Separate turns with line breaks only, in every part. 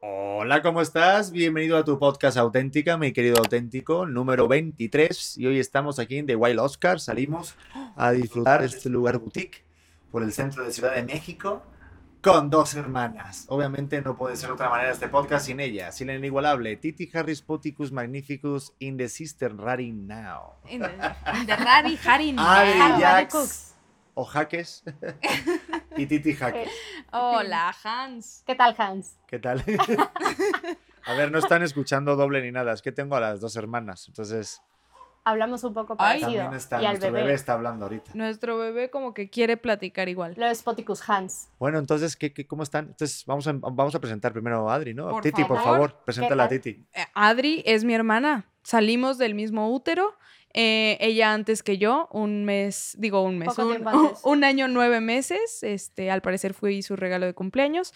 Hola, ¿cómo estás? Bienvenido a tu podcast auténtica, mi querido auténtico, número 23. Y hoy estamos aquí en The Wild Oscar. Salimos a disfrutar de este lugar boutique por el centro de Ciudad de México con dos hermanas. Obviamente no puede ser de otra manera este podcast sin ella, sin la inigualable Titi Harris Poticus Magnificus in the Sister Rari Now.
In the, in the Rari Harry
Ari
Now.
Jax o Jaques y Titi Jaques.
Hola, Hans.
¿Qué tal, Hans?
¿Qué tal? A ver, no están escuchando doble ni nada. Es que tengo a las dos hermanas. Entonces,
Hablamos un poco
Ay.
parecido.
también está.
y al
Nuestro
bebé.
bebé. está hablando ahorita.
Nuestro bebé como que quiere platicar igual.
Lo es Poticus Hans.
Bueno, entonces, ¿qué, qué- cómo están? Entonces, vamos a, vamos a presentar primero a Adri, ¿no?
Por
Titi, por
favor.
favor, preséntala a
tal?
Titi.
Eh, Adri es mi hermana. Salimos del mismo útero. eh, ella antes que yo, un mes, digo un mes,
Poco
un,
tiempo antes.
un año, nueve meses. Este, al parecer fui su regalo de cumpleaños.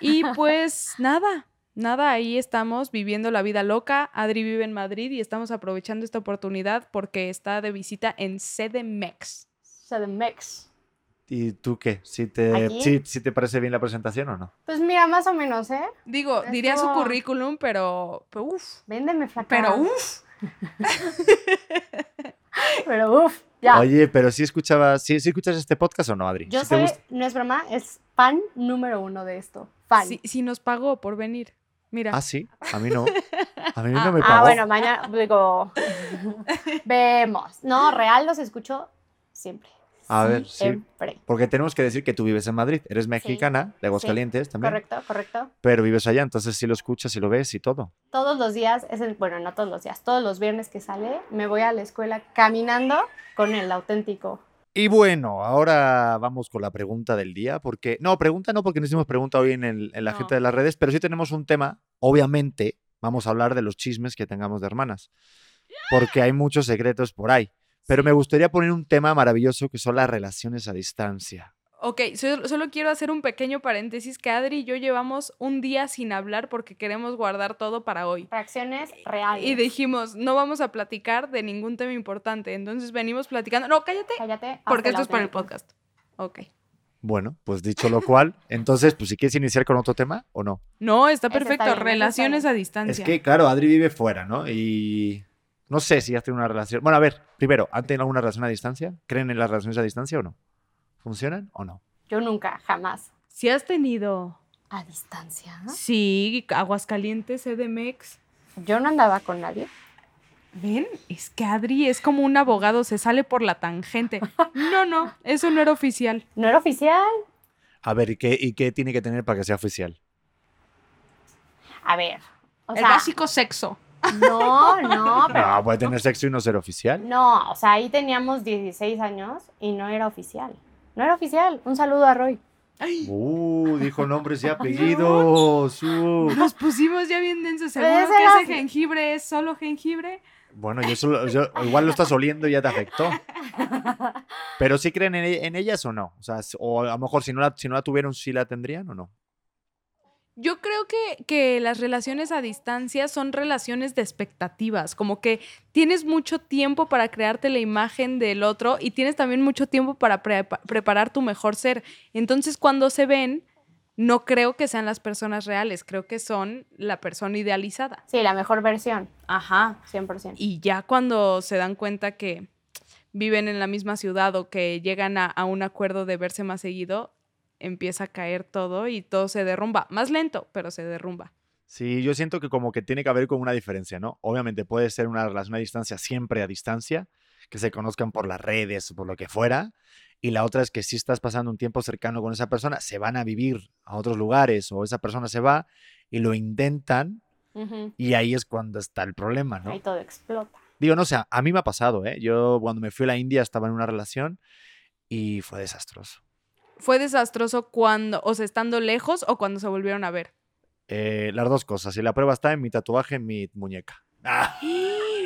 Y pues nada, nada, ahí estamos viviendo la vida loca. Adri vive en Madrid y estamos aprovechando esta oportunidad porque está de visita en CDMEX.
Sedemex.
¿Y tú qué? ¿Si te,
¿Aquí?
si, si te parece bien la presentación o no?
Pues mira, más o menos, ¿eh?
Digo,
Es
diría su
como-
currículum, pero, pero uff.
Véndeme, flaca.
Pero uh. uff.
Pero uff, ya.
Oye, pero si escuchabas, si escuchas este podcast o no, Adri?
Yo
¿Sí te
soy,
gusta?
no es broma, es fan número uno de esto. Fan.
Si, si nos pagó por venir. Mira.
Ah, sí. A mí no. A mí no me pagó.
Ah, bueno, mañana, digo, vemos. No, real los escucho siempre.
A ver, sí.
Siempre.
Porque tenemos que decir que tú vives en Madrid, eres mexicana, de Aguascalientes también,
Correcto, correcto.
pero vives allá, entonces sí lo escuchas y lo ves y todo.
Todos los días, es el- bueno, no todos los días, todos los viernes que sale, me voy a la escuela caminando con el auténtico.
Y bueno, ahora vamos con la pregunta del día, porque no, pregunta no, porque no hicimos pregunta hoy en, el- en la
No.
gente de las redes, pero sí tenemos un tema, obviamente, vamos a hablar de los chismes que tengamos de hermanas, porque hay muchos secretos por ahí, pero me gustaría poner un tema maravilloso que son las relaciones a distancia.
Ok, so- solo quiero hacer un pequeño paréntesis que Adri y yo llevamos un día sin hablar porque queremos guardar todo para hoy.
Reacciones reales.
Y dijimos, no vamos a platicar de ningún tema importante. Entonces venimos platicando. No, cállate,
Cállate.
porque
hazte
esto es para el
auténtico.
podcast. Ok.
Bueno, pues dicho lo cual, entonces, pues si quieres iniciar con otro tema o no.
No, está
Ese está
perfecto.
bien, ese está
Relaciones
bien.
a distancia.
Es que, claro, Adri vive fuera, ¿no? Y no sé si has tenido una relación. Bueno, a ver, primero, ¿han tenido alguna relación a distancia? ¿Creen en las relaciones a distancia o no? ¿Funcionan o no?
Yo nunca, jamás.
Si has tenido.
A distancia.
Sí, Aguascalientes, CDMX.
Yo no andaba con nadie.
Ven, es que Adri es como un abogado, se sale por la tangente. No, no, eso no era oficial.
No era oficial.
A ver, ¿y qué, y qué tiene que tener para que sea oficial?
A ver. O
el
sea,
básico sexo.
no, no,
No,
pero.
Ah, puede tener sexo y no ser oficial.
No, o sea, ahí teníamos 16 años y no era oficial. No era oficial. Un saludo a Roy.
Uh, dijo nombres y apellidos. uh.
Nos pusimos ya bien densos.
Pero
¿Seguro
ese
que
no
ese
es-
jengibre es solo jengibre?
Bueno, yo solo- yo- igual lo estás oliendo y ya te afectó. Pero sí creen en, e- en ellas o no. O sea, s- o a lo mejor si no, la, si no la tuvieron, sí la tendrían o no.
Yo creo que, que las relaciones a distancia son relaciones de expectativas, como que tienes mucho tiempo para crearte la imagen del otro y tienes también mucho tiempo para prepa- preparar tu mejor ser. Entonces, cuando se ven, no creo que sean las personas reales, creo que son la persona idealizada.
Sí, la mejor versión,
Ajá.
100%.
Y ya cuando se dan cuenta que viven en la misma ciudad o que llegan a, a un acuerdo de verse más seguido, empieza a caer todo y todo se derrumba. Más lento, pero se derrumba.
Sí, yo siento que como que tiene que haber como una diferencia, ¿no? Obviamente puede ser una relación a distancia, siempre a distancia, que se conozcan por las redes o por lo que fuera. Y la otra es que si estás pasando un tiempo cercano con esa persona, se van a vivir a otros lugares o esa persona se va y lo intentan
Ujú.
y ahí es cuando está el problema, ¿no?
Ahí todo explota.
Digo, no sé, a- a mí me ha pasado, ¿eh? Yo cuando me fui a la India estaba en una relación y fue desastroso.
Fue desastroso cuando, o sea, estando lejos o cuando se volvieron a ver.
Eh, las dos cosas. Y la prueba está en mi tatuaje, en mi muñeca.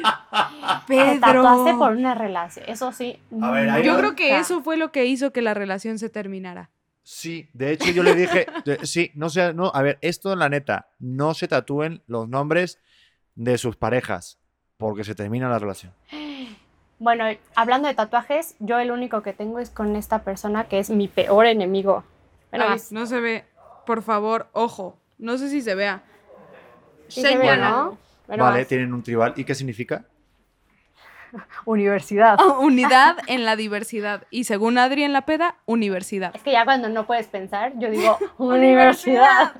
Ah, Te tatuaste por una relación. Eso sí.
A ver, ahí-
Yo creo que
nunca.
eso fue lo que hizo que la relación se terminara.
Sí, de hecho yo le dije, de- sí, no sea, no, a ver, esto la neta, no se tatúen los nombres de sus parejas, porque se termina la relación.
Bueno, hablando de tatuajes, yo el único que tengo es con esta persona que es mi peor enemigo. Bueno,
Ah,
es-
no se ve. Por favor, ojo. No sé si se vea.
Sí se ve,
Bueno.
¿no? Pero
Vale,
vas.
tienen un tribal. ¿Y qué significa?
Universidad.
Unidad en la diversidad. Y según Adri en la peda, universidad.
Es que ya cuando no puedes pensar, yo digo universidad.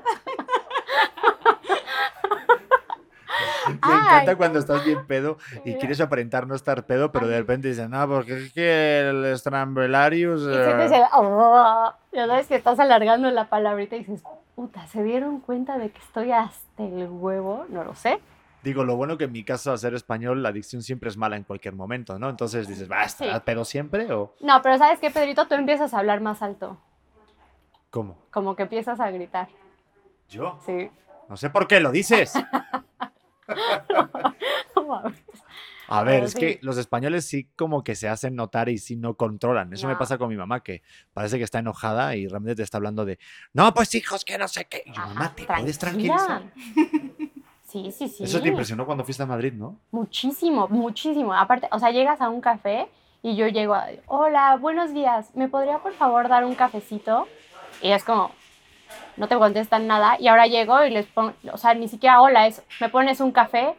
Me
Ay.
encanta cuando estás bien pedo y quieres aparentar no estar pedo, pero de repente dicen, no, porque es que el Strambelarius.
Y sientes
eh,
el, "Oh", ya sabes que estás alargando la palabrita y dices, puta, ¿se dieron cuenta de que estoy hasta el huevo? No lo sé.
Digo, lo bueno que en mi caso, hacer español, la dicción siempre es mala en cualquier momento, ¿no? Entonces dices, va,
Sí.
¿estará pedo siempre o
No, pero ¿sabes qué, Pedrito? Tú empiezas a hablar más alto,
cómo?
como que empiezas a gritar,
¿Yo?
sí.
No sé por qué lo dices. A ver,
Pero
es
sí.
que los españoles sí como que se hacen notar y sí no controlan. Eso me
No.
pasa con mi mamá, que parece que está enojada y realmente te está hablando de, no, pues hijos, que no sé qué. Y yo, mamá, ¿te puedes tranquilizar?
tranquila. Sí, sí, sí.
Eso te impresionó cuando fuiste a Madrid, ¿no?
Muchísimo, muchísimo. Aparte, o sea, llegas a un café y yo llego a, hola, buenos días, ¿me podría por favor dar un cafecito? Y es como, no te contestan nada. Y ahora llego y les pongo, o sea, ni siquiera hola, es, ¿me pones un café?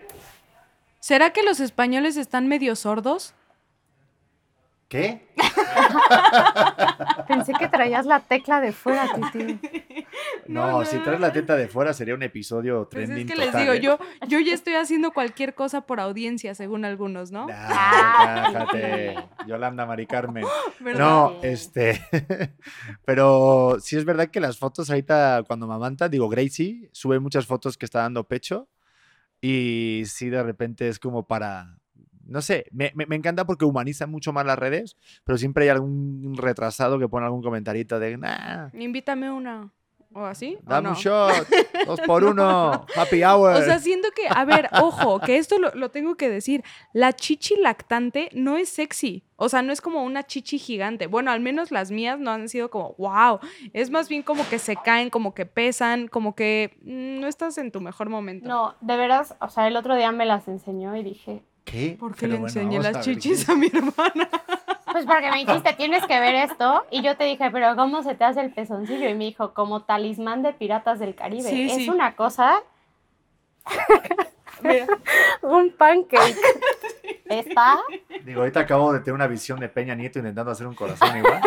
¿Será que los españoles están medio sordos?
¿Qué?
Pensé que traías la tecla de fuera, Titi.
No,
No,
si
no.
traes la teta de fuera sería un episodio
Pues es
trending
que les
total,
digo,
¿eh?
yo, yo ya estoy haciendo cualquier cosa por audiencia, según algunos, ¿no?
Nah, cállate, Yolanda Mari Carmen.
¿Verdad?
No,
Sí.
este. pero sí es verdad que las fotos ahorita, cuando mamanta, digo, Gracie sube muchas fotos que está dando pecho. Y sí, de repente es como para. No sé, me, me- me encanta porque humaniza mucho más las redes, pero siempre hay algún retrasado que pone algún comentarito de, nah,
Invítame una. ¿O así? ¿O
dame
Oh, no?
un shot, dos por uno, happy hour.
O sea, siento que, a ver, ojo, que esto lo, lo tengo que decir. La chichi lactante no es sexy. O sea, no es como una chichi gigante. Bueno, al menos las mías no han sido como, wow. Es más bien como que se caen, como que pesan, como que mm, no estás en tu mejor momento.
No, de veras, o sea, el otro día me las enseñó y dije,
¿Qué?
¿Por qué
Pero
le
bueno,
enseñé
vamos
las
a ver
chichis
qué-
a mi hermana?
pues porque me dijiste, tienes que ver esto. Y yo te dije, pero ¿cómo se te hace el pezoncillo? Y me dijo, como talismán de piratas del Caribe.
Sí,
es
sí.
una cosa
Mira,
Un pancake. Está
Digo, ahorita acabo de tener una visión de Peña Nieto intentando hacer un corazón igual.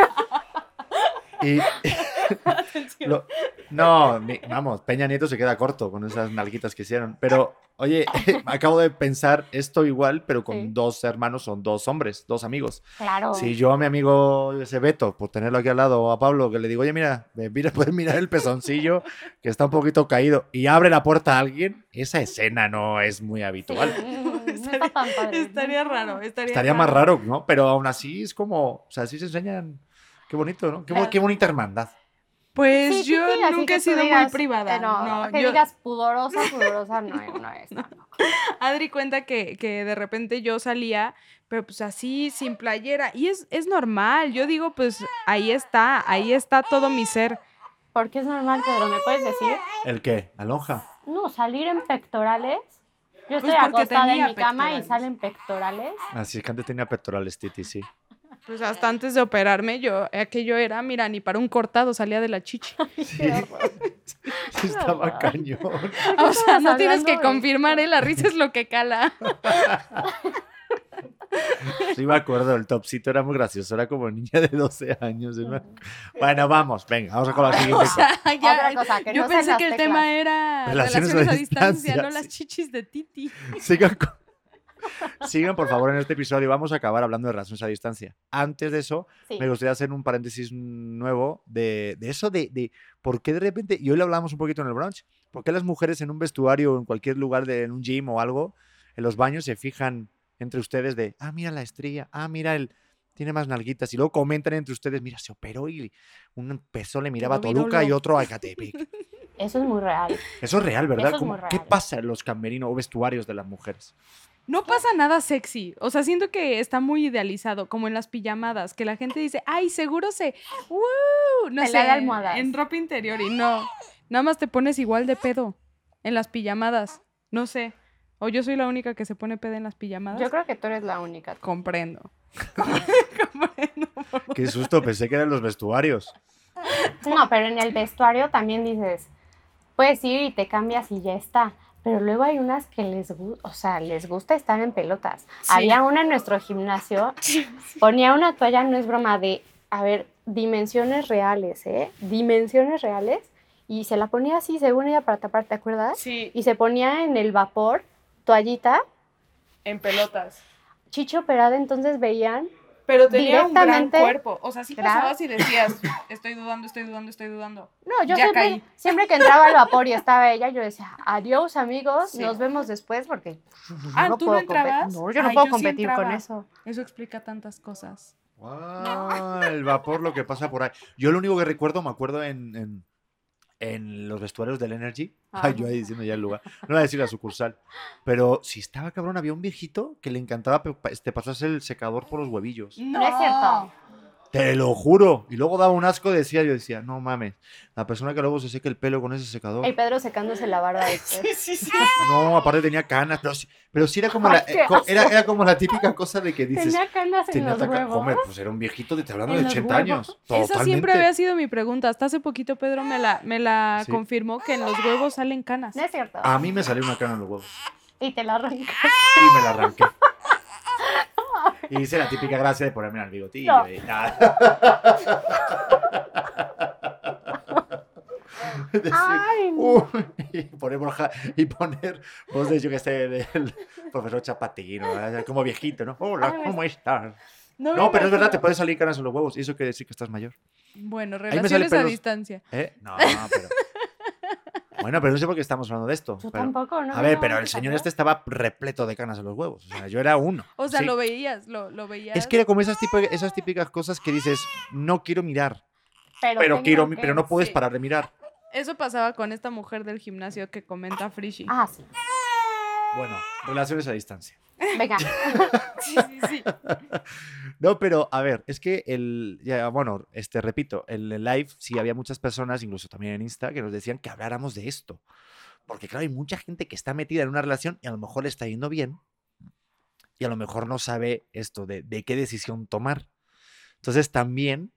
Y lo- no, mi- vamos, Peña Nieto se queda corto con esas nalguitas que hicieron. Pero, oye, acabo de pensar esto igual, pero con
Sí. Oh.
dos hermanos, son dos hombres, dos amigos.
claro.
Si yo a mi amigo ese Beto, por tenerlo aquí al lado, o a Pablo, que le digo, oye, mira, eh, mira, puedes mirar el pezoncillo que está un poquito caído y abre la puerta a alguien, esa escena no es muy
Sí,
habitual.
no está
Estaría-
tan padre.
Estaría raro, estaría,
Estaría más raro, ¿no? Pero aún así es como, o sea, así se enseñan. Qué bonito, ¿no? Qué, bo-
Claro.
qué bonita hermandad.
Pues
Sí, sí,
yo
sí, así
nunca
que
he
tú
sido muy
digas,
privada.
eh, no,
no,
que
yo-
digas pudorosa, pudorosa, no, eh, no es. tampoco.
Adri cuenta que, que de repente yo salía, pero pues así, sin playera. Y es, es normal. Yo digo, pues ahí está, ahí está todo mi ser.
Porque es normal, Pedro, ¿me puedes decir?
¿El qué? ¿La lonja?
No, salir en pectorales. Yo estoy
Pues porque
acostada en
tenía
mi cama y
pectorales.
salen pectorales.
Así es que antes tenía pectorales, Titi, sí.
Pues hasta antes de operarme, yo, aquello era, mira, ni para un cortado salía de la chichi.
Sí, sí estaba cañón.
O sea, no
estabas
tienes que
hablando de
confirmar, ¿eh? La risa es lo que cala.
Sí me acuerdo, el topsito era muy gracioso, era como niña de 12 años. yo me- Bueno, vamos, venga, vamos a con la
Ah.
siguiente.
O sea, ya-
Otra cosa, que
yo
no sean
pensé
las
que el
teclas.
tema era
Relaciones
relaciones,
a
a distancia,
distancia,
no las
sí.
chichis de Titi.
Sigan, con- sigan, por favor, en este episodio. Vamos a acabar hablando de relaciones a distancia. Antes de eso,
Sí.
Me gustaría hacer un paréntesis nuevo de, de eso de, de por qué de repente, y hoy lo hablamos un poquito en el brunch, por qué las mujeres en un vestuario o en cualquier lugar, de, en un gym o algo, en los baños se fijan entre ustedes de, ah, mira la estrella, ah, mira el... Tiene más nalguitas y luego comentan entre ustedes, mira, se operó y un peso le miraba a
virolo.
Toluca y otro a Ecatepec.
Eso es muy real.
Eso es real, ¿verdad?
Eso es
¿Cómo-
muy
¿Qué
real.
pasa en los camerinos o vestuarios de las mujeres?
No pasa nada sexy. O sea, siento que está muy idealizado, como en las pijamadas, que la gente dice, ay, seguro se. ¡Woo! No
Pelea
sé.
de almohadas.
En ropa interior y no. Nada más te pones igual de pedo en las pijamadas. No sé. O yo soy la única que se pone pedo en las pijamadas.
Yo creo que tú eres la única.
Comprendo. Comprendo.
Qué susto, pensé que eran los vestuarios.
No, pero en el vestuario también dices, puedes ir y te cambias y ya está. Pero luego hay unas que les gusta, o sea, les gusta estar en pelotas.
Sí.
Había una en nuestro gimnasio, ponía una toalla, no es broma, de, a ver, dimensiones reales, ¿eh? Dimensiones reales. Y se la ponía así, según ella, para tapar, ¿te acuerdas?
Sí,
Y se ponía en el vapor, toallita,
en pelotas.
chicho operada, entonces veían
Pero tenía un gran
Directamente-
cuerpo. O sea, sí
Gra-
pasabas y decías, estoy dudando, estoy dudando, estoy dudando.
No, yo
Ya
siempre,
caí.
siempre que entraba al vapor y estaba ella, yo decía, adiós amigos,
Sí.
nos vemos después porque yo
Ah, ¿tú no
puedo compe-
entrabas?
No, yo no
Ay,
puedo
yo sí
competir con
entraba.
eso.
Eso explica tantas cosas.
Guau, el vapor, lo que pasa por ahí. Yo lo único que recuerdo, me acuerdo en, en, en los vestuarios del Energy. Ay, yo ahí diciendo ya el lugar. No voy a decir la sucursal. Pero si estaba cabrón, había un viejito que le encantaba pe- pa- este, pasarse el secador por los huevillos.
No es cierto.
Te lo juro. Y luego daba un asco, decía, yo decía, no mames, la persona que luego se seca el pelo con ese secador.
El Pedro secándose la barba después.
Sí, sí, sí.
No, aparte tenía canas, pero sí, pero sí era como, la,
Ay, qué
eh, co- era, era como la típica cosa de que dices,
Tenía canas en
tenía
los
taca-
huevos.
Hombre, pues era un viejito, te estoy hablando
En
de
los
80 años.
huevos.
Esa siempre
Totalmente.
había sido mi pregunta. Hasta hace poquito Pedro me la, me la
Sí.
confirmó que en los huevos salen canas.
No es cierto.
A mí me salió una cana en los huevos
Y te la arranca.
y me la arranqué. Y hice la típica gracia de ponerme al bigotillo.
No.
y nada. Decir,
Ay, no.
"Uy", y poner Borja- y poner voz de yo que sé del profesor Chapatín, ¿no? como viejito, ¿no? Hola,
Ay, me-
¿cómo estás?
No,
No, pero es verdad, te pueden salir canas en los huevos. Y eso quiere decir que estás mayor.
Bueno,
me sale
relaciones a
pelos.
distancia.
¿Eh? No, pero. Bueno, pero no sé por qué estamos hablando de esto.
Yo
pero-
tampoco, ¿no?
a ver, pero el señor este estaba repleto de canas en los huevos. O sea, yo era uno.
O sea,
sí.
lo veías, lo, lo veías.
Es que era como esas, tipo- esas típicas cosas que dices, no quiero mirar, pero,
tengo
quiero, mi-
que-
pero no puedes
sí.
parar de mirar.
Eso pasaba con esta mujer del gimnasio que comenta Frishi.
Ah, sí.
Bueno, relaciones a distancia.
Venga.
Sí, sí, sí.
No, pero a ver, es que el, ya, bueno, este, repito, el el live sí había muchas personas, incluso también en Insta, que nos decían que habláramos de esto. Porque claro, hay mucha gente que está metida en una relación y a lo mejor le está yendo bien y a lo mejor no sabe esto de, de qué decisión tomar. Entonces también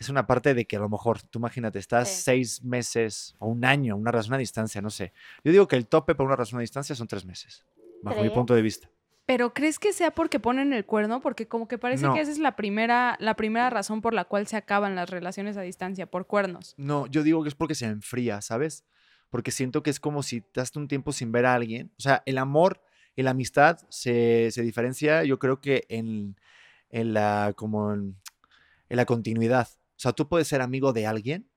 es una parte de que a lo mejor, tú imagínate, estás
Sí.
seis meses o un año, una relación a distancia, no sé. Yo digo que el tope para una relación a distancia son tres meses, bajo mi
¿Tres?
punto de vista.
Pero ¿crees que sea porque ponen el cuerno? Porque como que parece
No.
que esa es la primera, la primera razón por la cual se acaban las relaciones a distancia, por cuernos.
No, yo digo que es porque se enfría, ¿sabes? Porque siento que es como si estás un tiempo sin ver a alguien. O sea, el amor y la amistad se, se diferencia, yo creo que en, en la, como en, en la continuidad. O sea, tú puedes ser amigo de alguien,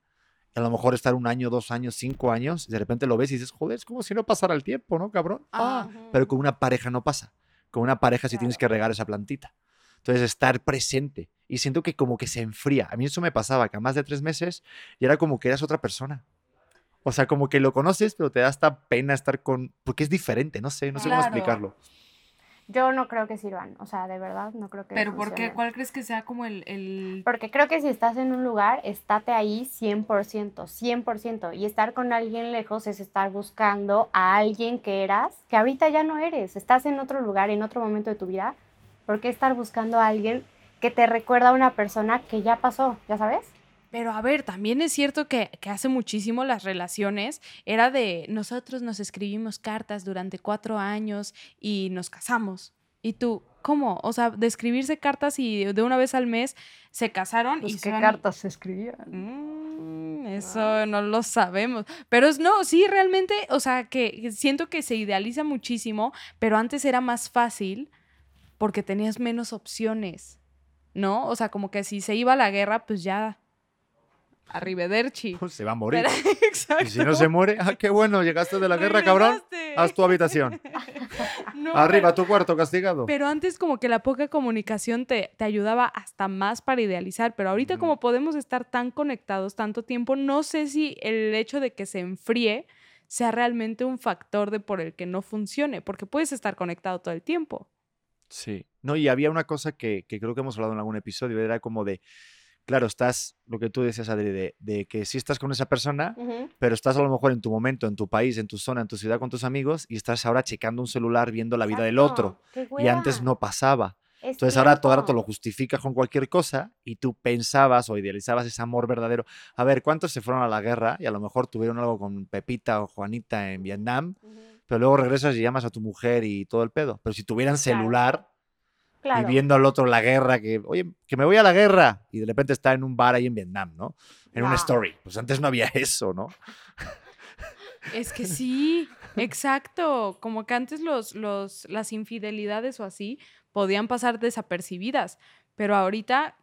a lo mejor estar un año, dos años, cinco años, y de repente lo ves y dices, joder, es como si no pasara el tiempo, ¿no, cabrón?
Ah,
Ujú.
Pero con una pareja no pasa. Con una pareja sí tienes que regar esa plantita. Entonces, estar presente. Y siento que como que se enfría. A mí eso me pasaba, que a más de tres meses y era como que eras otra persona. O sea, como que lo conoces, pero te da hasta pena estar con... Porque es diferente, no sé, no sé cómo
Claro.
explicarlo.
Yo no creo que sirvan. O sea, de verdad, no creo que.
Pero ¿por qué?
funcionen.
¿Cuál crees que sea como el... el...
Porque creo que si estás en un lugar, estate ahí 100%, 100%. Y estar con alguien lejos es estar buscando a alguien que eras, que ahorita ya no eres. Estás en otro lugar, en otro momento de tu vida. ¿Por qué estar buscando a alguien que te recuerda a una persona que ya pasó? ¿Ya sabes?
Pero a ver, también es cierto que, que hace muchísimo las relaciones era de nosotros nos escribimos cartas durante cuatro años y nos casamos. ¿Y tú cómo? O sea, de escribirse cartas y de una vez al mes se casaron y se van-
Pues, se escribían? Ah.
Mm, eso no lo sabemos. Pero es- no, sí, realmente, o sea, que que siento que se idealiza muchísimo, pero antes era más fácil porque tenías menos opciones, ¿no? O sea, como que si se iba a la guerra, pues ya. Arrivederci.
Pues se va a morir.
Pero- Exacto.
Y si no se muere, ¡ah, qué bueno! Llegaste de la guerra, cabrón.
Regresaste.
Haz tu habitación.
No,
Arriba, tu cuarto castigado.
Pero antes como que la poca comunicación te, te ayudaba hasta más para idealizar, pero ahorita
Ujú.
como podemos estar tan conectados tanto tiempo, no sé si el hecho de que se enfríe sea realmente un factor de por el que no funcione, porque puedes estar conectado todo el tiempo.
Sí. No, y había una cosa que, que creo que hemos hablado en algún episodio, era como de, claro, estás, lo que tú decías, Adri, de, de que si estás con esa persona, pero estás a lo mejor en tu momento, en tu país, en tu zona, en tu ciudad con tus amigos y estás ahora checando un celular viendo la vida del otro. Y antes no pasaba. Entonces ahora todo el rato lo justificas con cualquier cosa y tú pensabas o idealizabas ese amor verdadero. A ver, ¿cuántos se fueron a la guerra y a lo mejor tuvieron algo con Pepita o Juanita en Vietnam? pero luego regresas y llamas a tu mujer y todo el pedo. Pero si tuvieran
Claro.
celular
Claro.
y viendo al otro la guerra, que, oye, que me voy a la guerra, y de repente está en un bar ahí en Vietnam, ¿no? En una
No.
story. Pues antes no había eso, ¿no?
Es que sí, exacto. Como que antes los, los, las infidelidades o así podían pasar desapercibidas, pero ahorita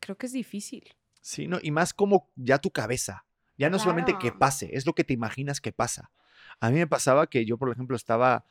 creo que es difícil.
Sí, no, y más como ya tu cabeza, ya no solamente que
Claro.
pase, es lo que te imaginas que pasa. A mí me pasaba que yo, por ejemplo, estaba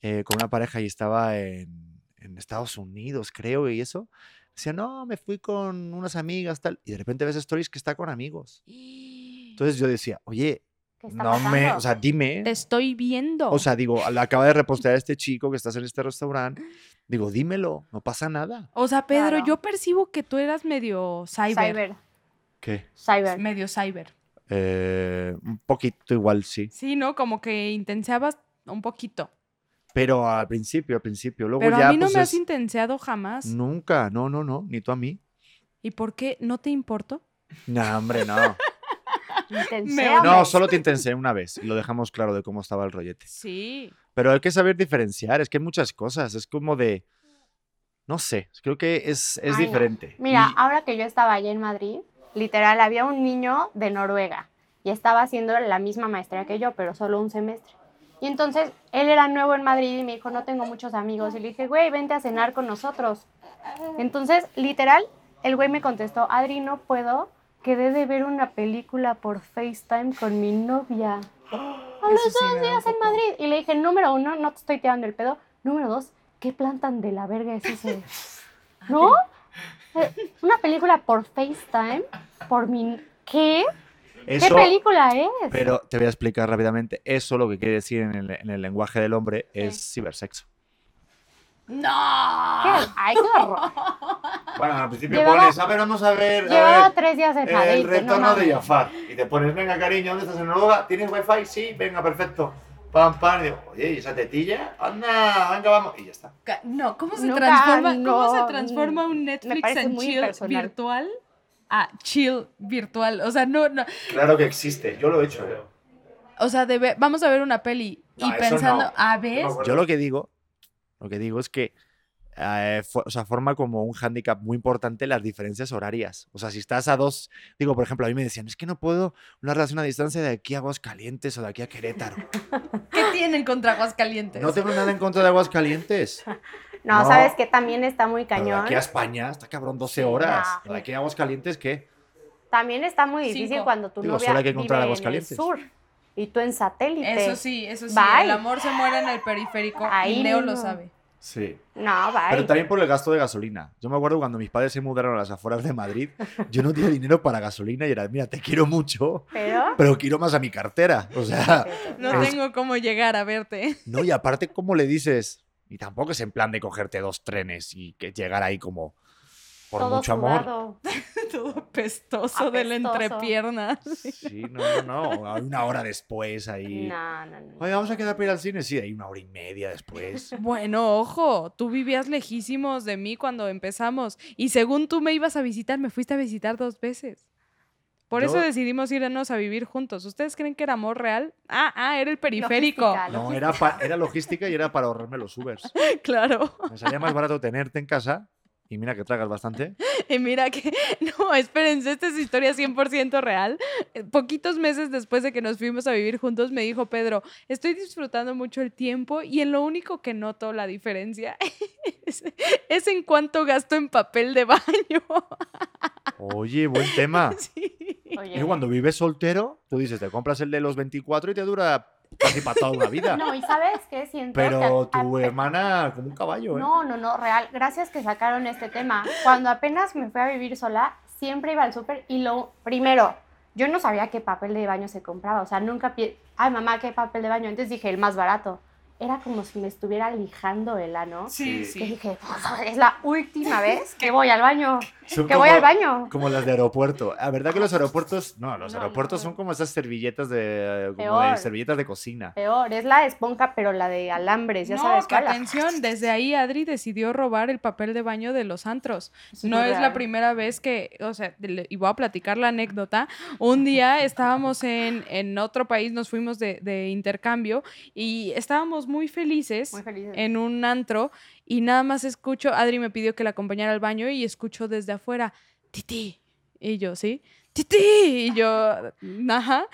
eh, con una pareja y estaba en, en Estados Unidos, creo, y eso. Decía, no, me fui con unas amigas, tal. Y de repente ves stories que está con amigos. Entonces yo decía, oye,
¿Qué está
no me,
pasando?
o sea, dime.
Te estoy viendo.
O sea, digo, la acaba de repostear este chico que estás en este restaurante. Digo, dímelo, no pasa nada.
O sea, Pedro,
Claro.
yo percibo que tú eras medio cyber.
cyber.
¿Qué?
Cyber.
Medio cyber.
Eh, un poquito igual, sí.
Sí, ¿no? Como que intenseabas un poquito.
Pero al principio, al principio. Luego
Pero
ya,
a mí no
pues,
me
es-
has intenseado jamás.
Nunca, no, no, no, ni tú a mí.
¿Y por qué no te importo?
No, hombre, no.
Intensea,
No,
No,
hombre.
solo te intensé una vez y lo dejamos claro de cómo estaba el rollete.
Sí.
Pero hay que saber diferenciar, es que hay muchas cosas, es como de, no sé, creo que es, es
Ay, no.
diferente.
Mira, ah,
Y-
ahora que yo estaba allá en Madrid, literal, había un niño de Noruega y estaba haciendo la misma maestría que yo, pero solo un semestre. Y entonces él era nuevo en Madrid y me dijo, no tengo muchos amigos. Y le dije, güey, vente a cenar con nosotros. Entonces, literal, el güey me contestó, Adri, no puedo, quedé de ver una película por FaceTime con mi novia. A los
Eso sí me
dos
da un
días en
poco.
Madrid. Y le dije, número uno, no te estoy tirando el pedo. Número dos, ¿qué plantan de la verga es eso? ¿No? Eh, Una película por FaceTime, por mi... ¿Qué? ¿Qué
eso,
película es?
pero te voy a explicar rápidamente, eso lo que quiere decir en el, en el lenguaje del hombre es cibersexo.
¿Qué? Ay, qué horror.
Bueno, al principio
Llevaba- pones,
a ver, vamos a ver,
Llevaba tres días en Jade. dije, no mames.
Jafar. Y te pones, venga cariño, ¿dónde estás en Noruega? ¿Tienes wifi? Sí, venga, perfecto. Pam, pam. Y digo, oye, ¿y esa tetilla? Anda, venga, vamos. Y ya está.
Ca- No, ¿cómo se,
Nunca,
transforma,
no,
¿cómo se transforma
mm,
un
me
Netflix
parece
en
muy
chill
impersonal.
virtual a chill virtual? O sea, no, no.
Claro que existe, yo lo he hecho. ¿eh?
O sea, de ve- vamos a ver una peli y
No, eso
pensando,
no.
a ver,
Yo lo que digo, lo que digo es que eh, fo- o sea, forma como un hándicap muy importante las diferencias horarias. O sea, si estás a dos, digo, por ejemplo, a mí me decían, es que no puedo una relación a distancia de aquí a Aguascalientes o de aquí a Querétaro.
¿qué tienen contra Aguascalientes?
No tengo nada en contra de Aguascalientes.
No,
No.
¿sabes que También está muy
Pero de
cañón.
aquí a España, está cabrón, 12
Sí,
horas.
no.
De aquí a Aguascalientes, ¿qué?
También está muy difícil
Cinco.
cuando tu
Digo,
novia
solo hay que
vive
encontrar
en el
Aguascalientes.
sur y tú en satélite.
Eso sí, eso sí.
Bye.
El amor se muere en el periférico
Ahí
y Neo
no.
lo sabe.
Sí.
No,
Pero
bye.
también por el gasto de gasolina. Yo me acuerdo cuando mis padres se mudaron a las afueras de Madrid, yo no tenía dinero para gasolina y era, mira, te quiero mucho,
Pero...
pero quiero más a mi cartera. O sea,
No
Es-
tengo cómo llegar a verte.
no, y aparte, ¿cómo le dices? Y tampoco es en plan de cogerte dos trenes y que llegar ahí como por
todo
mucho amor.
sudado.
Todo pestoso de la
Apestoso.
entrepierna.
Sí, no, no, no. Una hora después ahí.
No, no, no.
Oye, vamos a quedar para ir al cine. Sí, ahí una hora y media después.
Bueno, ojo, tú vivías lejísimos de mí cuando empezamos y según tú me ibas a visitar, me fuiste a visitar dos veces. Por eso
Yo-
decidimos irnos a vivir juntos. ¿Ustedes creen que era amor real? Ah, ah, era el periférico.
Logística,
No,
logística.
era, pa- era logística y era para ahorrarme los Ubers.
Claro.
Me salía más barato tenerte en casa. Y mira que tragas bastante.
Y mira que, no, espérense, esta es historia 100% real. Eh, Poquitos meses después de que nos fuimos a vivir juntos, me dijo Pedro, estoy disfrutando mucho el tiempo y en lo único que noto la diferencia es, es en cuánto gasto en papel de baño.
Oye, buen tema.
Sí.
Es que cuando vives soltero, tú dices, te compras el de los 24 y te dura casi para toda una vida.
No, y sabes qué siento.
Pero
Que a-
tu ¿eh?
a-
hermana como un caballo, ¿eh?
No, no, no, real. Gracias que sacaron este tema. Cuando apenas me fui a vivir sola, siempre iba al súper y lo primero, yo no sabía qué papel de baño se compraba. O sea, nunca. pi- Ay, mamá, qué papel de baño. Entonces dije, el más barato. era como si me estuviera lijando el ano.
Sí,
Y
sí.
dije, es la última vez que voy al baño,
Son
que voy al
como-
baño.
Como las de aeropuerto. La verdad que los aeropuertos, no, los
No,
aeropuertos
no.
son como esas servilletas de, como de
Peor.
servilletas de cocina.
Peor, es la esponja, pero la de alambres, ya
no,
sabes
que
cuál.
atención, desde ahí Adri decidió robar el papel de baño de los antros.
Eso
No es la
real.
primera vez que, o sea, de- le- y voy a platicar la anécdota. Un día estábamos en, en otro país, nos fuimos de, de intercambio y estábamos muy felices
Muy feliz.
en un antro y nada más escucho, Adri me pidió que la acompañara al baño y escucho desde afuera, Titi. Y yo, ¿sí? Titi. Y yo, ajá.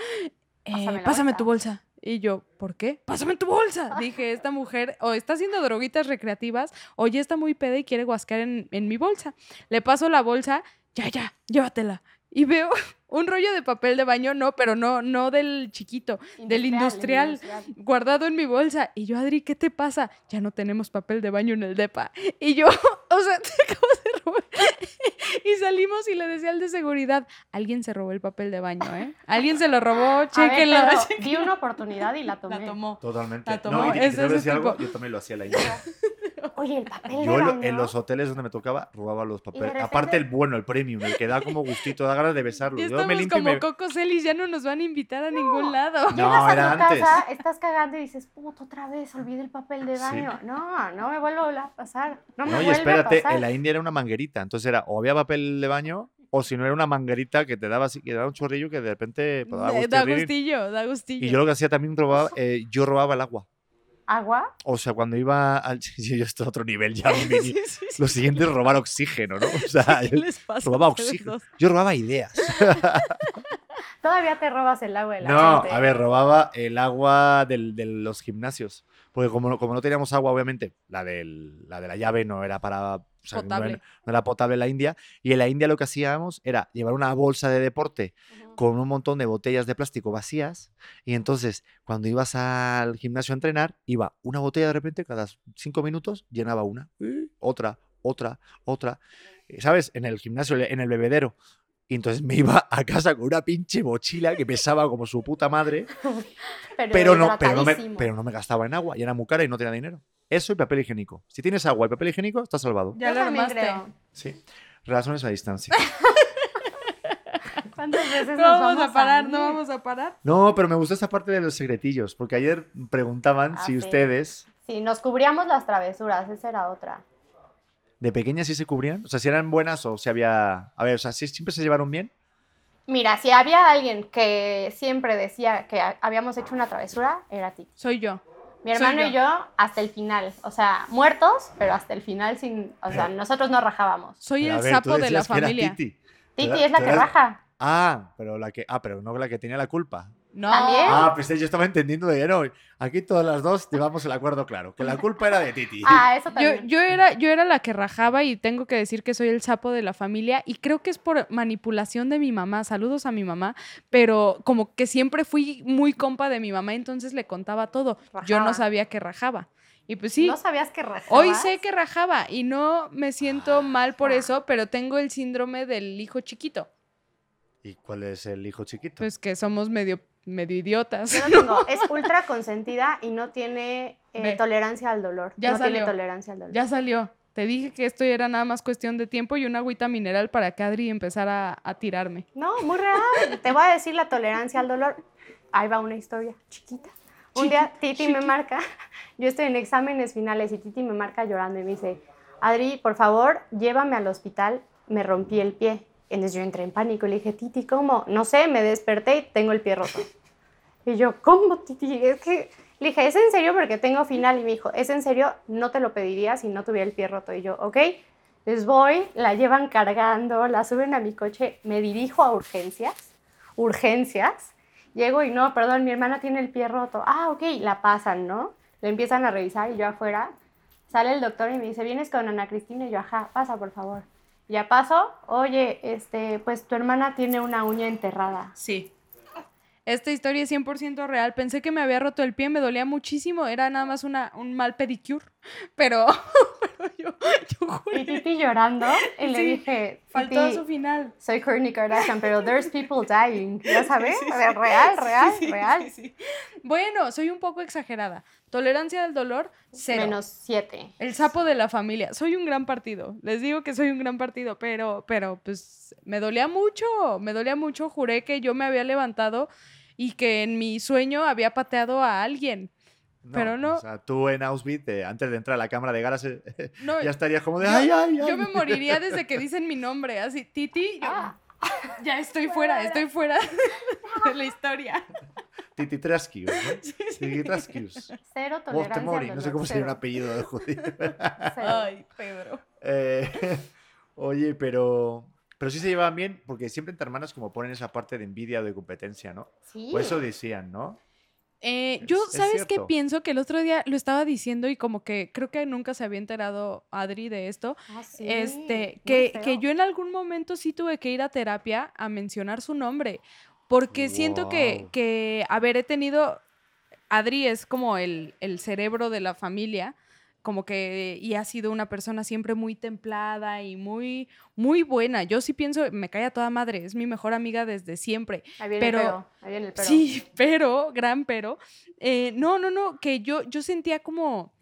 eh,
Pásame la
pásame
bolsa.
tu bolsa. Y yo, ¿por qué? Pásame tu bolsa. Dije, esta mujer o está haciendo droguitas recreativas o ya está muy peda y quiere guascar en, en mi bolsa. Le paso la bolsa, ya, ya, llévatela. Y veo un rollo de papel de baño, no, pero no, no del chiquito, del industrial. guardado en mi bolsa. Y yo, Adri, ¿qué te pasa? Ya no tenemos papel de baño en el DEPA. Y yo, o sea, te acabo de robar. Y salimos y le decía al de seguridad, alguien se robó el papel de baño, ¿eh? Alguien se lo robó, chéquenlo.
A ver, pero di una oportunidad y la tomé.
La tomó.
Totalmente.
La tomó,
No, y, te- y
es
te voy a
ese
decir algo,
tipo.
yo también lo hacía a la idea.
Oye, el papel de
Yo en, lo- en
baño.
los hoteles donde me tocaba robaba los
de
papeles.
repente-
Aparte el bueno, el premium, el que da como gustito, da ganas de besarlo.
Y
Yo me
estamos
limpio y
como
me...
Coco Celis, ya no nos van a invitar a ningún lado.
No,
Llegas
era
a tu
antes.
casa, estás cagando y dices, puto, otra vez, olvidé el papel de
Sí.
baño. No, no me vuelvo a pasar. No me
No, y
vuelve
espérate,
a pasar.
en la India era una manguerita, entonces era o había papel de baño o si no era una manguerita que te daba así, que daba un chorrillo que de repente pues, daba
Eh,
gusto
Da
abrir.
gustillo, da gustillo.
Y yo lo que hacía también robaba, eh, yo robaba el agua.
¿Agua?
O sea, cuando iba al. sí, yo estoy a otro nivel ya. un mini-
Sí, sí, sí.
Lo siguiente es robar oxígeno, ¿no? O sea,
¿Qué
yo
les pasa?
robaba
a ustedes
oxígeno.
dos?
Yo robaba ideas.
Todavía te robas el agua de la
No,
gente.
a ver, robaba el agua del- de los gimnasios. Porque como, no- como no teníamos agua, obviamente, la, del, la de la llave no era para. pues, o sea, no era-
Potable.
no era potable en la India. Y en la India lo que hacíamos era llevar una bolsa de deporte
Ujú.
con un montón de botellas de plástico vacías. Y entonces, cuando ibas al gimnasio a entrenar, iba una botella de repente, cada cinco minutos llenaba una, y otra, otra, otra. eh, ¿Sabes? En el gimnasio, en el bebedero. Y entonces me iba a casa con una pinche mochila que pesaba como su puta madre, pero no, pero no, me,
hidratadísimo.
pero no me gastaba en agua y era muy cara y no tenía dinero. Eso y papel higiénico. Si tienes agua y papel higiénico, estás salvado.
Ya
Yo
lo
también
armaste.
creo.
Sí. Relaciones a distancia.
¿Cuántas veces
No
nos
vamos, a parar,
ir?
no vamos a parar.
No, pero me gustó esta parte de los secretillos, porque ayer preguntaban
Ah,
si
sí.
ustedes
Sí, nos cubríamos las travesuras, esa era otra.
de pequeñas sí se cubrían, o sea, si eran buenas o si había, a ver, o sea, si siempre se llevaron bien.
Mira, si había alguien que siempre decía que ha- habíamos hecho una travesura, era ti.
Soy yo.
Mi
Soy
hermano
yo.
y yo hasta el final, o sea, muertos, pero hasta el final sin, o sea,
Pero-
nosotros no rajábamos.
Soy
Pero, a
el
ver, tú
sapo de la
decías que era
familia.
Titi. Tú
Titi
era-
es la
tú
que
eras-
raja.
Ah, pero la que, ah, pero no la que tenía la culpa.
No.
También.
Ah, pues yo estaba entendiendo de no, aquí todas las dos llevamos el acuerdo claro, que la culpa era de Titi.
Ah, eso
Yo,
también.
yo, era, yo era la que rajaba y tengo que decir que soy el sapo de la familia y creo que es por manipulación de mi mamá. Saludos a mi mamá, pero como que siempre fui muy compa de mi mamá, entonces le contaba todo. Yo no
Rajaba.
sabía que rajaba. Y pues sí,
¿No sabías que rajabas?
hoy sé que rajaba y no me
Ah,
siento mal por eso, pero tengo el síndrome del hijo chiquito,
¿Y cuál es el hijo chiquito?
pues que somos medio, medio idiotas.
Yo no tengo, es ultra consentida y no tiene eh,
Ve.
tolerancia al dolor.
Ya
no
salió.
tiene tolerancia al dolor.
Ya salió. Te dije que esto era nada más cuestión de tiempo y una agüita mineral para que Adri empezara a- a tirarme.
No, muy real. Te voy a decir la tolerancia al dolor. Ahí va una historia chiquita. Un día Titi me marca, yo estoy en exámenes finales y Titi me marca llorando y me dice, Adri, por favor, llévame al hospital, me rompí el pie. Entonces yo entré en pánico y le dije, Titi, ¿cómo? No sé, me desperté y tengo el pie roto. Y yo, ¿cómo, Titi? Es que... Le dije, ¿es en serio? Porque tengo final. Y me dijo, ¿es en serio? No te lo pediría si no tuviera el pie roto. Y yo, ok. Les voy, la llevan cargando, la suben a mi coche, me dirijo a urgencias. Urgencias. Llego y no, perdón, mi hermana tiene el pie roto. Ah, ok, la pasan, ¿no? Le empiezan a revisar y yo afuera. Sale el doctor y me dice, ¿vienes con Ana Cristina? Y yo, ajá, pasa, por favor. Ya paso, oye, este, pues tu hermana tiene una uña enterrada.
Sí.
Esta historia es 100% real. Pensé que me había roto el pie, me dolía muchísimo. Era nada más una, un mal pedicure. Pero, yo, yo
Y
juré.
Titi llorando, y le
Sí,
dije,
Faltó
"Titi,
su final.
soy Kourtney Kardashian, pero there's people dying, ¿ya sabes?
Sí, sí,
A ver,
sí.
real,
Sí,
real,
sí,
real.
sí, sí. Bueno, soy un poco exagerada. Tolerancia al dolor, cero.
Menos siete.
El sapo de la familia. Soy un gran partido. Les digo que soy un gran partido, pero, pero pues me dolía mucho. Me dolía mucho. Juré que yo me había levantado y que en mi sueño había pateado a alguien. Pero no.
O sea, tú en Auschwitz, eh, antes de entrar a la cámara de garas, eh,
No,
ya estarías como de,
yo-
ay, ay, ay.
yo me moriría desde que dicen mi nombre. Así, Titi, yo,
Ah,
ya estoy fuera, estoy fuera de la historia.
Tititrasquius, ¿no? Tititrasquius.
cero tolerancia.
Mori,
al
no sé
dolor,
cómo sería un
cero,
apellido de judío.
cero.
Ay, Pedro.
Eh, oye, pero, pero sí se llevaban bien, porque siempre entre hermanas como ponen esa parte de envidia o de competencia, ¿no?
Sí.
O eso decían, ¿no?
Eh, yo,
Es- es
¿sabes qué
cierto.
pienso? Que el otro día lo estaba diciendo y como que creo que nunca se había enterado Adri de esto.
Ah, sí,
este,
muy
que, que
feo.
yo en algún momento sí tuve que ir a terapia a mencionar su nombre, porque siento que,
Guau.
que, a ver, he tenido, Adri es como el, el cerebro de la familia, como que, y ha sido una persona siempre muy templada y muy, muy buena. Yo sí pienso, me cae a toda madre, es mi mejor amiga desde siempre.
Ahí viene el
pero-
pero, ahí viene el pero.
Sí, pero, gran pero. Eh, no, no, no, que yo, yo sentía como,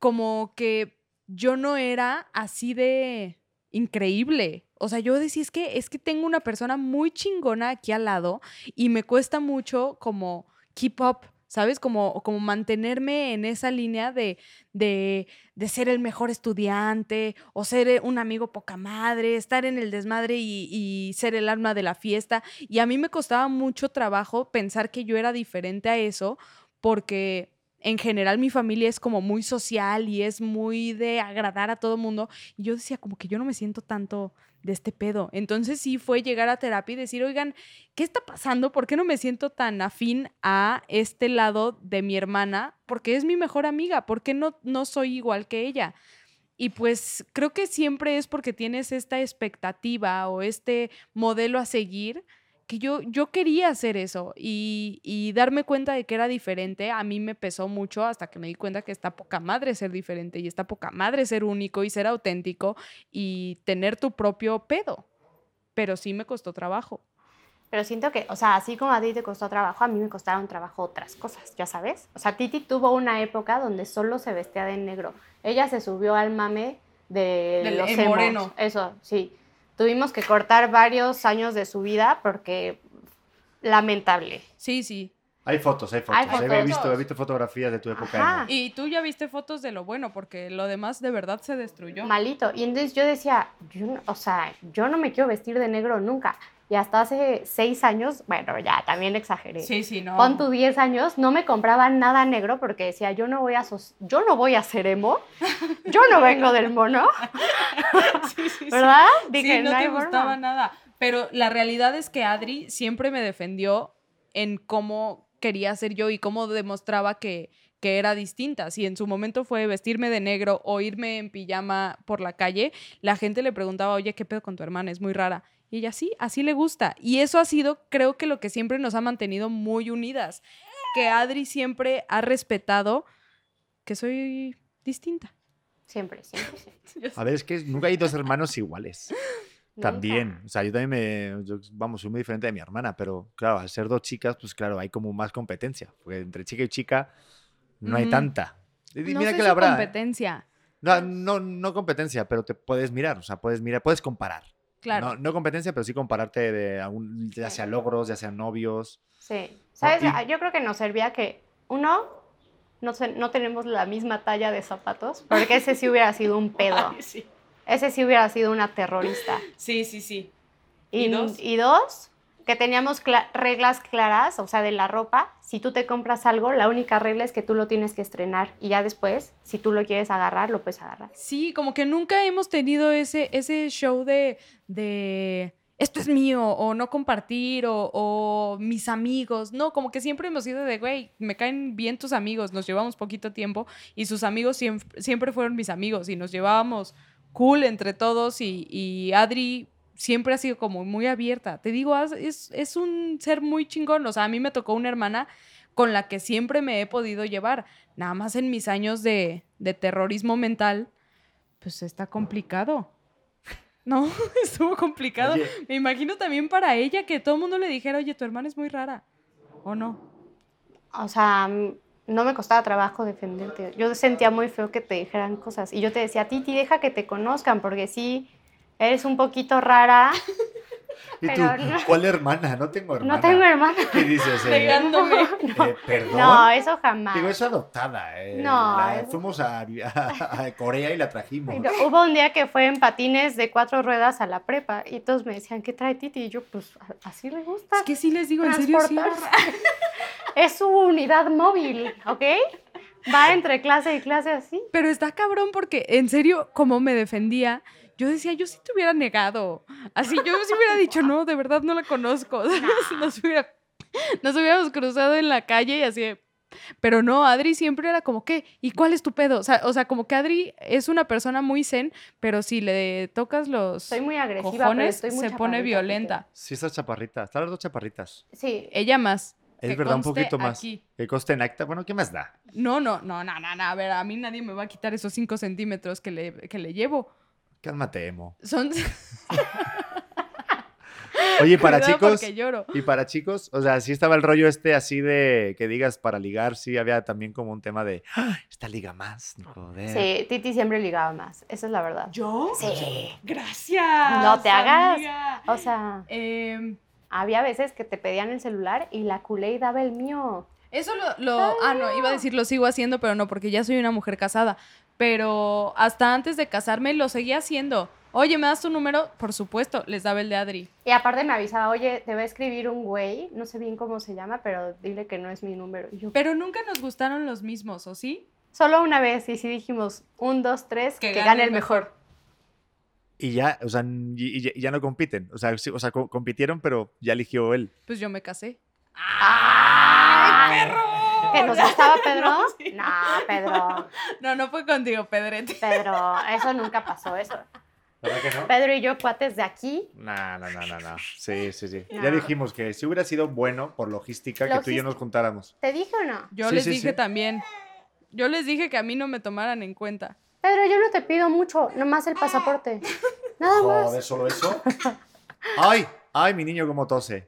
como que yo no era así de increíble. O sea, yo decía, es que, es que tengo una persona muy chingona aquí al lado y me cuesta mucho como keep up, ¿sabes? Como, como mantenerme en esa línea de, de, de ser el mejor estudiante o ser eh, un amigo poca madre, estar en el desmadre y, y ser el alma de la fiesta. Y a mí me costaba mucho trabajo pensar que yo era diferente a eso porque... En general mi familia es como muy social y es muy de agradar a todo mundo. Y yo decía como que yo no me siento tanto de este pedo. Entonces sí fue llegar a terapia y decir, oigan, ¿qué está pasando? ¿Por qué no me siento tan afín a este lado de mi hermana? Porque es mi mejor amiga, ¿por qué no, no soy igual que ella? Y pues creo que siempre es porque tienes esta expectativa o este modelo a seguir, que yo, yo quería hacer eso y, y darme cuenta de que era diferente, a mí me pesó mucho hasta que me di cuenta que está poca madre ser diferente y está poca madre ser único y ser auténtico y tener tu propio pedo. Pero sí me costó trabajo.
Pero siento que, o sea, así como a ti te costó trabajo, a mí me costaron trabajo otras cosas, ya sabes. O sea, Titi tuvo una época donde solo se vestía de negro. Ella se subió al mame de
Del-
los
el
emos.
moreno.
Eso, sí. Tuvimos que cortar varios años de su vida porque lamentable.
Sí, sí.
Hay fotos, hay fotos.
fotos.
He, visto, he visto fotografías de tu época.
Ajá.
emo.
Y tú ya viste fotos de lo bueno, porque lo demás de verdad se destruyó.
Malito. Y entonces yo decía, yo no- o sea, yo no me quiero vestir de negro nunca. Y hasta hace seis años, bueno, ya también exageré.
Sí, sí, no.
Pon tu 10 años, no me compraba nada negro porque decía, yo no voy a, sos- yo no voy a ser emo, yo no vengo del mono,
Sí, sí, sí.
¿verdad?
Sí,
Dije,
no,
hay
te gustaba
forma".
nada.
Pero la realidad es que Adri siempre me defendió en cómo quería ser yo y cómo demostraba que, que era distinta. Si en su momento fue vestirme de negro o irme en pijama por la calle, la gente le preguntaba, oye, ¿qué pedo con tu hermana? Es muy rara. Y ella sí, así le gusta. Y eso ha sido, creo que lo que siempre nos ha mantenido muy unidas, que Adri siempre ha respetado que soy distinta.
Siempre, siempre, siempre.
A ver, es que nunca hay dos hermanos iguales.
Nunca.
También, o sea, yo también me, yo, vamos, soy muy diferente de mi hermana, pero claro, al ser dos chicas, pues claro, hay como más competencia, porque entre chica y chica no hay
Ujú.
tanta. Y
No
mira
sé
que
si
la habrá. ¿eh?
competencia.
No, no, no competencia, pero te puedes mirar, o sea, puedes mirar, puedes comparar.
Claro.
No, no competencia, pero sí compararte de algún, ya sea logros, ya sea novios.
Sí. ¿Sabes?
y-
Ah, Yo creo que nos servía que, uno, no, se- no tenemos la misma talla de zapatos, porque ese sí hubiera sido un pedo.
Ay, sí.
Ese sí hubiera sido una terrorista.
sí, sí, sí.
Y,
¿Y dos?
y dos, que teníamos cla- reglas claras, o sea, de la ropa. Si tú te compras algo, la única regla es que tú lo tienes que estrenar y ya después, si tú lo quieres agarrar, lo puedes agarrar.
Sí, como que nunca hemos tenido ese, ese show de, de esto es mío, o no compartir, o, o mis amigos. No, como que siempre hemos sido de, güey, me caen bien tus amigos, nos llevamos poquito tiempo y sus amigos siempre, siempre fueron mis amigos y nos llevábamos cool entre todos y, y Adri siempre ha sido como muy abierta. Te digo, has- es, es un ser muy chingón. O sea, a mí me tocó una hermana con la que siempre me he podido llevar, nada más en mis años de, de terrorismo mental pues está complicado. No, estuvo complicado.
Oye,
Me imagino también para ella que todo el mundo le dijera, oye, tu hermana es muy rara. ¿O no?
O sea, mm, no me costaba trabajo defenderte. Yo sentía muy feo que te dijeran cosas. Y yo te decía, Titi, deja que te conozcan, porque sí, eres un poquito rara.
¿Y tú?
Pero no-
¿Cuál hermana? No tengo hermana.
No tengo hermana.
¿Qué dices? Eh,
Pegándome.
eh, perdón.
No, eso jamás.
Digo, es adoptada. eh,
No,
la-
es-
Fuimos a, a- a Corea y la trajimos.
Ay, no. Hubo un día que fue en patines de cuatro ruedas a la prepa y todos me decían, ¿qué trae Titi? Y yo, pues, a- así le gusta.
Es que sí les digo, en serio, sí.
transportarse. Es su unidad móvil, ¿ok? Va entre clase y clase así.
Pero está cabrón porque, en serio, como me defendía, yo decía, yo sí te hubiera negado. Así, yo sí hubiera dicho, no, de verdad no la conozco. ¿sabes? Nos, hubiera- nos hubiéramos cruzado en la calle y así. de- Pero no, Adri siempre era como, ¿qué? ¿Y cuál es tu pedo? O sea, o sea, como que Adri es una persona muy zen, pero si le tocas los
Soy muy agresiva, pero
cojones,
estoy muy
se
chaparrita,
pone
así que-
violenta.
Sí, estas chaparritas. Están las dos chaparritas.
Sí,
Ella más.
Es
Que
verdad, un
conste
poquito más.
aquí.
Que coste en acta. Bueno, ¿qué más da?
No, no, no, no, no, no. A ver, a mí nadie me va a quitar esos 5 centímetros que le, que le llevo.
Cálmate, emo.
Son.
Oye, para
Cuidado
chicos.
Porque lloro.
Y para chicos, o sea, sí estaba el rollo este así de que digas para ligar, sí había también como un tema de "Ah, esta liga más, no joder.
sí, Titi siempre ligaba más, esa es la verdad.
Eh. ¿Yo?
Sí.
Gracias.
No te hagas.
amiga.
O sea,
Eh,
había veces que te pedían el celular y la culé y daba el mío.
eso lo. lo- ah, no, iba a decir lo sigo haciendo, pero no, porque ya soy una mujer casada. Pero hasta antes de casarme lo seguía haciendo. Oye, ¿me das tu número? Por supuesto, les daba el de Adri.
Y aparte me avisaba, oye, te va a escribir un güey, no sé bien cómo se llama, pero dile que no es mi número. Y yo,
Pero nunca nos gustaron los mismos, ¿o sí?
Solo una vez, y sí dijimos, un, dos, tres,
Que
que,
gane
gane,
el
el mejor.
Y ya, o sea, n- y, y ya- y ya no compiten. O sea, sí, o sea, co- compitieron, pero ya eligió él.
Pues yo me casé.
¡Ay, ¿Que nos gustaba Pedro? No,
sí.
Pedro,
No, no fue contigo, Pedrete.
Pedro, eso nunca pasó, eso.
¿Verdad que no?
Pedro y yo, cuates de aquí,
No, no, no, no, no. Sí, sí, sí. Ya
No.
dijimos que si hubiera sido bueno por logística, que tú y yo
Logística.
nos juntáramos.
¿te dije o no?
Yo
Sí,
les
sí,
dije
sí.
también. Yo les dije que a mí no me tomaran en cuenta.
Pedro, yo no te pido mucho, nomás el pasaporte. Nada más.
Joder, Oh, solo eso. Ay, ay, mi niño como tose.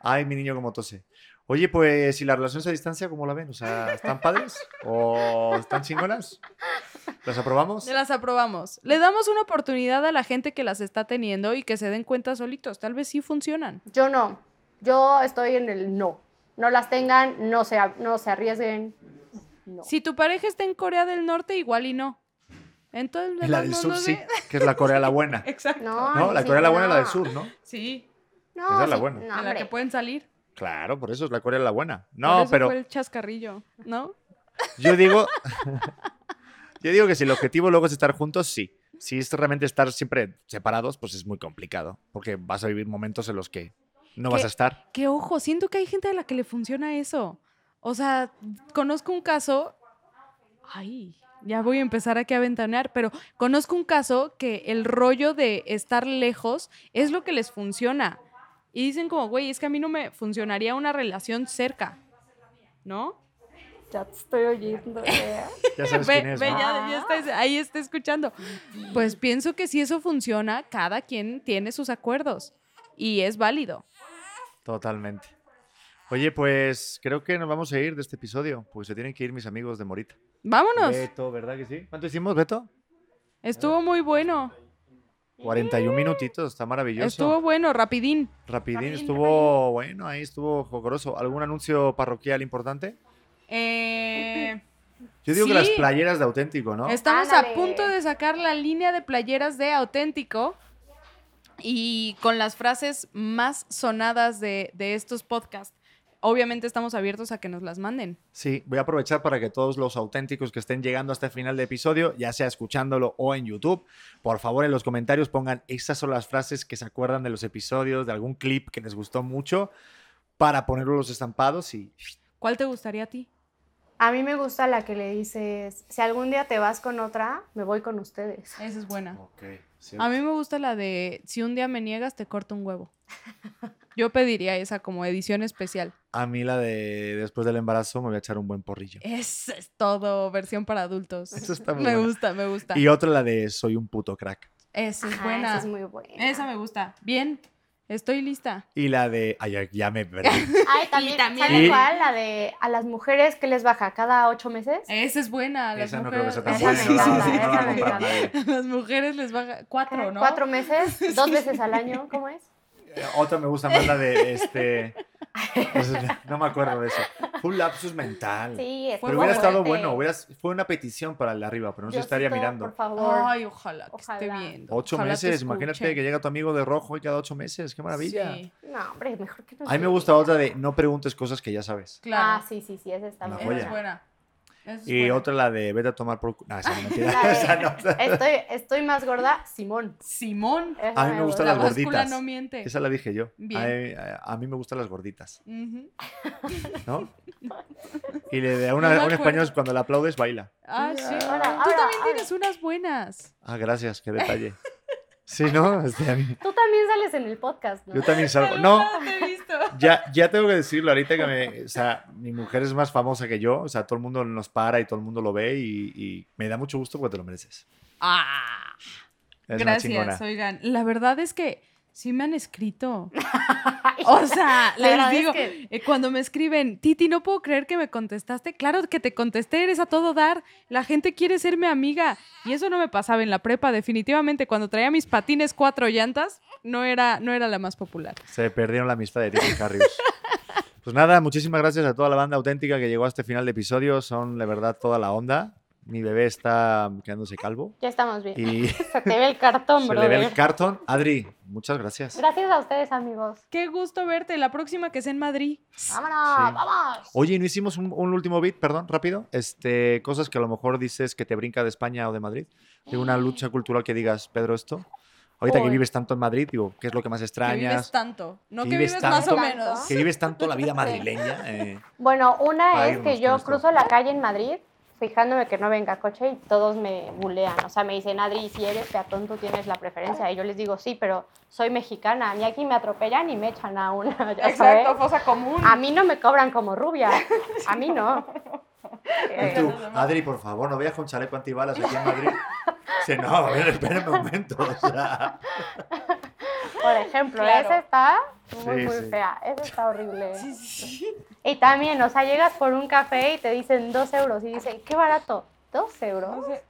Ay, mi niño como tose. Oye, pues, ¿y las relaciones a distancia cómo la ven? O sea, ¿están padres? ¿O están chingonas? ¿Las aprobamos?
Se Las aprobamos. Le damos una oportunidad a la gente que las está teniendo y que se den cuenta solitos. Tal vez sí funcionan.
Yo no, yo estoy en el no. No las tengan, no se, a- no se arriesguen. No.
Si tu pareja está en Corea del Norte, igual y no. Entonces le
La del
damos,
sur
no
sí,
sé.
que es la Corea la buena.
Exacto.
No,
No, la
sí,
Corea la buena es la del
no.
sur, ¿no?
Sí,
No,
Esa es la
sí,
buena.
no,
de la
hombre.
que pueden salir.
Claro, por eso es la Corea la buena.
Por
No,
eso
pero
fue el chascarrillo, ¿no?
yo digo, yo digo que si el objetivo luego es estar juntos, sí. Si es realmente estar siempre separados, pues es muy complicado, porque vas a vivir momentos en los que no vas
¿Qué?
a estar.
Que ojo, siento que hay gente a la que le funciona eso. O sea, conozco un caso. Ay, ya voy a empezar aquí a ventanear, pero conozco un caso que el rollo de estar lejos es lo que les funciona. Y dicen como, güey, es que a mí no me funcionaría una relación cerca. ¿No?
Ya te estoy oyendo. eh.
Ya sabes
Ve-
quién es,
ve,
¿no?
ya- ya está- ahí está escuchando. Pues pienso que si eso funciona, cada quien tiene sus acuerdos. Y es válido.
Totalmente. Oye, pues creo que nos vamos a ir de este episodio, porque se tienen que ir mis amigos de Morita.
Vámonos.
Beto, ¿verdad que sí? ¿Cuánto hicimos, Beto?
Estuvo muy bueno.
41 minutitos, está maravilloso.
Estuvo bueno, rapidín.
Rapidín,
Rapidín,
estuvo bueno, ahí estuvo jocoroso. ¿Algún anuncio parroquial importante?
Eh,
Yo digo que las
Sí.
playeras de auténtico, ¿no?
Estamos a
Ah. Ándale.
punto de sacar la línea de playeras de auténtico y con las frases más sonadas de, de estos podcasts. Obviamente estamos abiertos a que nos las manden.
Sí, voy a aprovechar para que todos los auténticos que estén llegando hasta el final de episodio, ya sea escuchándolo o en YouTube, por favor en los comentarios pongan esas son las frases que se acuerdan de los episodios, de algún clip que les gustó mucho, para ponerlo en los estampados y
¿Cuál te gustaría a ti?
A mí me gusta la que le dices, si algún día te vas con otra, me voy con ustedes.
Esa es buena.
Ok, sí.
A mí me gusta la de si un día me niegas, te corto un huevo. Yo pediría esa como edición especial.
A mí la de después del embarazo me voy a echar un buen porrillo.
Eso es todo, versión para adultos.
Eso está muy
Eh, Me
buena.
gusta, me gusta.
Y otra la de soy un puto crack.
Esa es
Ajá,
buena.
esa es muy buena.
Esa me gusta. Bien, estoy lista.
Y la de... Ay, ya- ya me perdí.
Ay, también,
también-
¿saben
Y-
cuál? La de a las mujeres que les baja cada ocho meses.
Esa es buena. Las
Esa no creo que
mujeres...
sea tan
Esa
buena. no
me
la va-
encanta,
no la va a
esa me
comprar nadie.
Las mujeres les baja cuatro, ¿no?
Cuatro meses, dos veces al año, ¿cómo es?
Eh, Otra me gusta más la de este. pues, no me acuerdo de eso. Fue un lapsus mental.
Sí, es
pero
muy
hubiera estado
fuerte.
bueno. hubieras- fue una petición para el de arriba, pero no se estaría
Diosito,
mirando.
Por favor.
Ay, ojalá que esté
Ojalá.
viendo.
Ocho
ojalá te
meses. Imagínate
escuche.
que llega tu amigo de rojo y cada ocho meses. Qué maravilla.
Sí,
No, hombre, mejor que no.
A mí me
llegue.
gusta otra de no preguntes cosas que ya sabes.
claro.
Ah, sí, sí, sí, esa está
Una
Esa
muy
es
joya.
buena. Esa es
Y
buena.
otra la de vete a tomar por. cu- No, esa no, mentira,
La de-
esa no.
Estoy, estoy más gorda, Simón.
Simón.
Esa
A mí me gusta
La
las
báscula
gorditas.
no miente.
Esa la dije yo.
Bien.
A mí, a- a mí me gustan las gorditas,
Ujú.
¿no? Y le de a una-
No me
un español
acuerdo.
cuando la aplaudes baila.
Ah, sí.
Ahora,
Tú
ahora,
también
ahora.
tienes unas buenas.
Ah, gracias, qué detalle. Sí, ¿no? Este, a mí-
Tú también sales en el podcast, ¿no?
Yo también salgo. No,
Ah,
te he visto.
ya, ya tengo que decirlo ahorita que me. O sea, mi mujer es más famosa que yo. O sea, todo el mundo nos para y todo el mundo lo ve y, y me da mucho gusto porque te lo mereces.
Ah.
Es una
Gracias,
chingona.
oigan. La verdad es que sí me han escrito. O sea,
La
les
verdad es
digo,
que-
eh, cuando me escriben, Titi, no puedo creer que me contestaste. Claro que te contesté, eres a todo dar. La gente quiere ser mi amiga. Y eso no me pasaba en la prepa, definitivamente. Cuando traía mis patines cuatro llantas, no era, no era la más popular.
Se perdieron la amistad de Ricky Carrius. Pues nada, muchísimas gracias a toda la banda auténtica que llegó a este final de episodio. Son, la verdad, toda la onda. Mi bebé está quedándose calvo
Ya estamos bien.
y
Se te ve el cartón,
se le ve el
brother.
cartón. Adri, muchas gracias.
Gracias a ustedes, amigos.
Qué gusto verte. La próxima que sea en Madrid.
Ah,
Vámonos,
Sí.
vamos.
Oye, ¿no hicimos un, un último beat, perdón, rápido? Este, cosas que a lo mejor dices que te brinca de España o de Madrid. De una lucha cultural que digas, Pedro, esto. Ahorita que
Uy.
vives tanto en Madrid, digo, ¿qué es lo que más
Que vives
extrañas?
tanto. No
Que
que,
vives
vives, más o
tanto.
menos.
Que vives tanto la vida madrileña. eh.
Bueno, una
Para
es
irnos
que
con
yo
esto.
cruzo la calle en Madrid fijándome que no venga coche y todos me bulean. O sea, me dicen, Adri, si eres peatón, tú tienes la preferencia. Y yo les digo, sí, pero soy mexicana. Y aquí me atropellan y me echan a una. ya sabes.
Exacto, fosa común.
Ah,
A mí no me cobran como rubia. A mí no.
Y
Eh,
tú, Adri, por favor, no veas con chaleco antibalas aquí en Madrid. Dice, no, a ver, espérame un momento. O sea,
por ejemplo,
Claro.
esa está muy,
Sí,
muy
sí.
fea. Esa está horrible.
Sí, sí.
Y también, o sea, llegas por un café y te dicen dos euros. Y dicen, qué barato. ¿Dos euros?
No sé,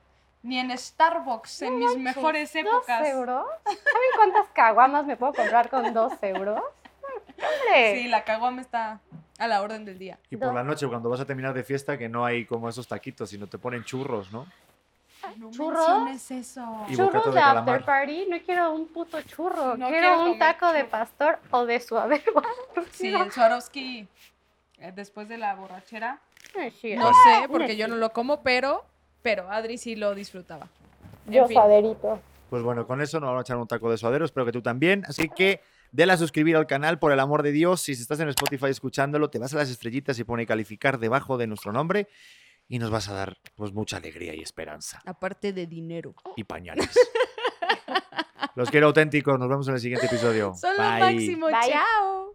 Ni en Starbucks, en mis mejores épocas.
¿Dos euros? ¿Saben cuántas caguamas me puedo comprar con dos euros? ¡Hombre!
Sí, la caguama está a la orden del día.
Y por la noche, cuando vas a terminar de fiesta, que no hay como esos taquitos, sino te ponen churros, ¿no?
No
¿Churros?
menciones eso.
Y bocatas
Churros
de
de
calamar.
after party, no quiero un puto churro,
No quiero
quiero un
comer
taco de
churro.
pastor o de suadero.
Sí, el Swarovski, eh, después de la borrachera.
Ay, sí,
No sé, porque yo no lo como, pero, pero Adri sí lo disfrutaba. En
Yo
fin.
suaderito.
Pues bueno, con eso nos vamos a echar un taco de suadero. Espero que tú también. Así que dale a suscribir al canal, por el amor de Dios. Si estás en Spotify escuchándolo, te vas a las estrellitas y pone calificar debajo de nuestro nombre. Y nos vas a dar pues, mucha alegría y esperanza.
Aparte de dinero.
Y pañales. Los quiero auténticos. Nos vemos en el siguiente episodio.
Son lo
Bye.
máximo.
Bye.
Chao.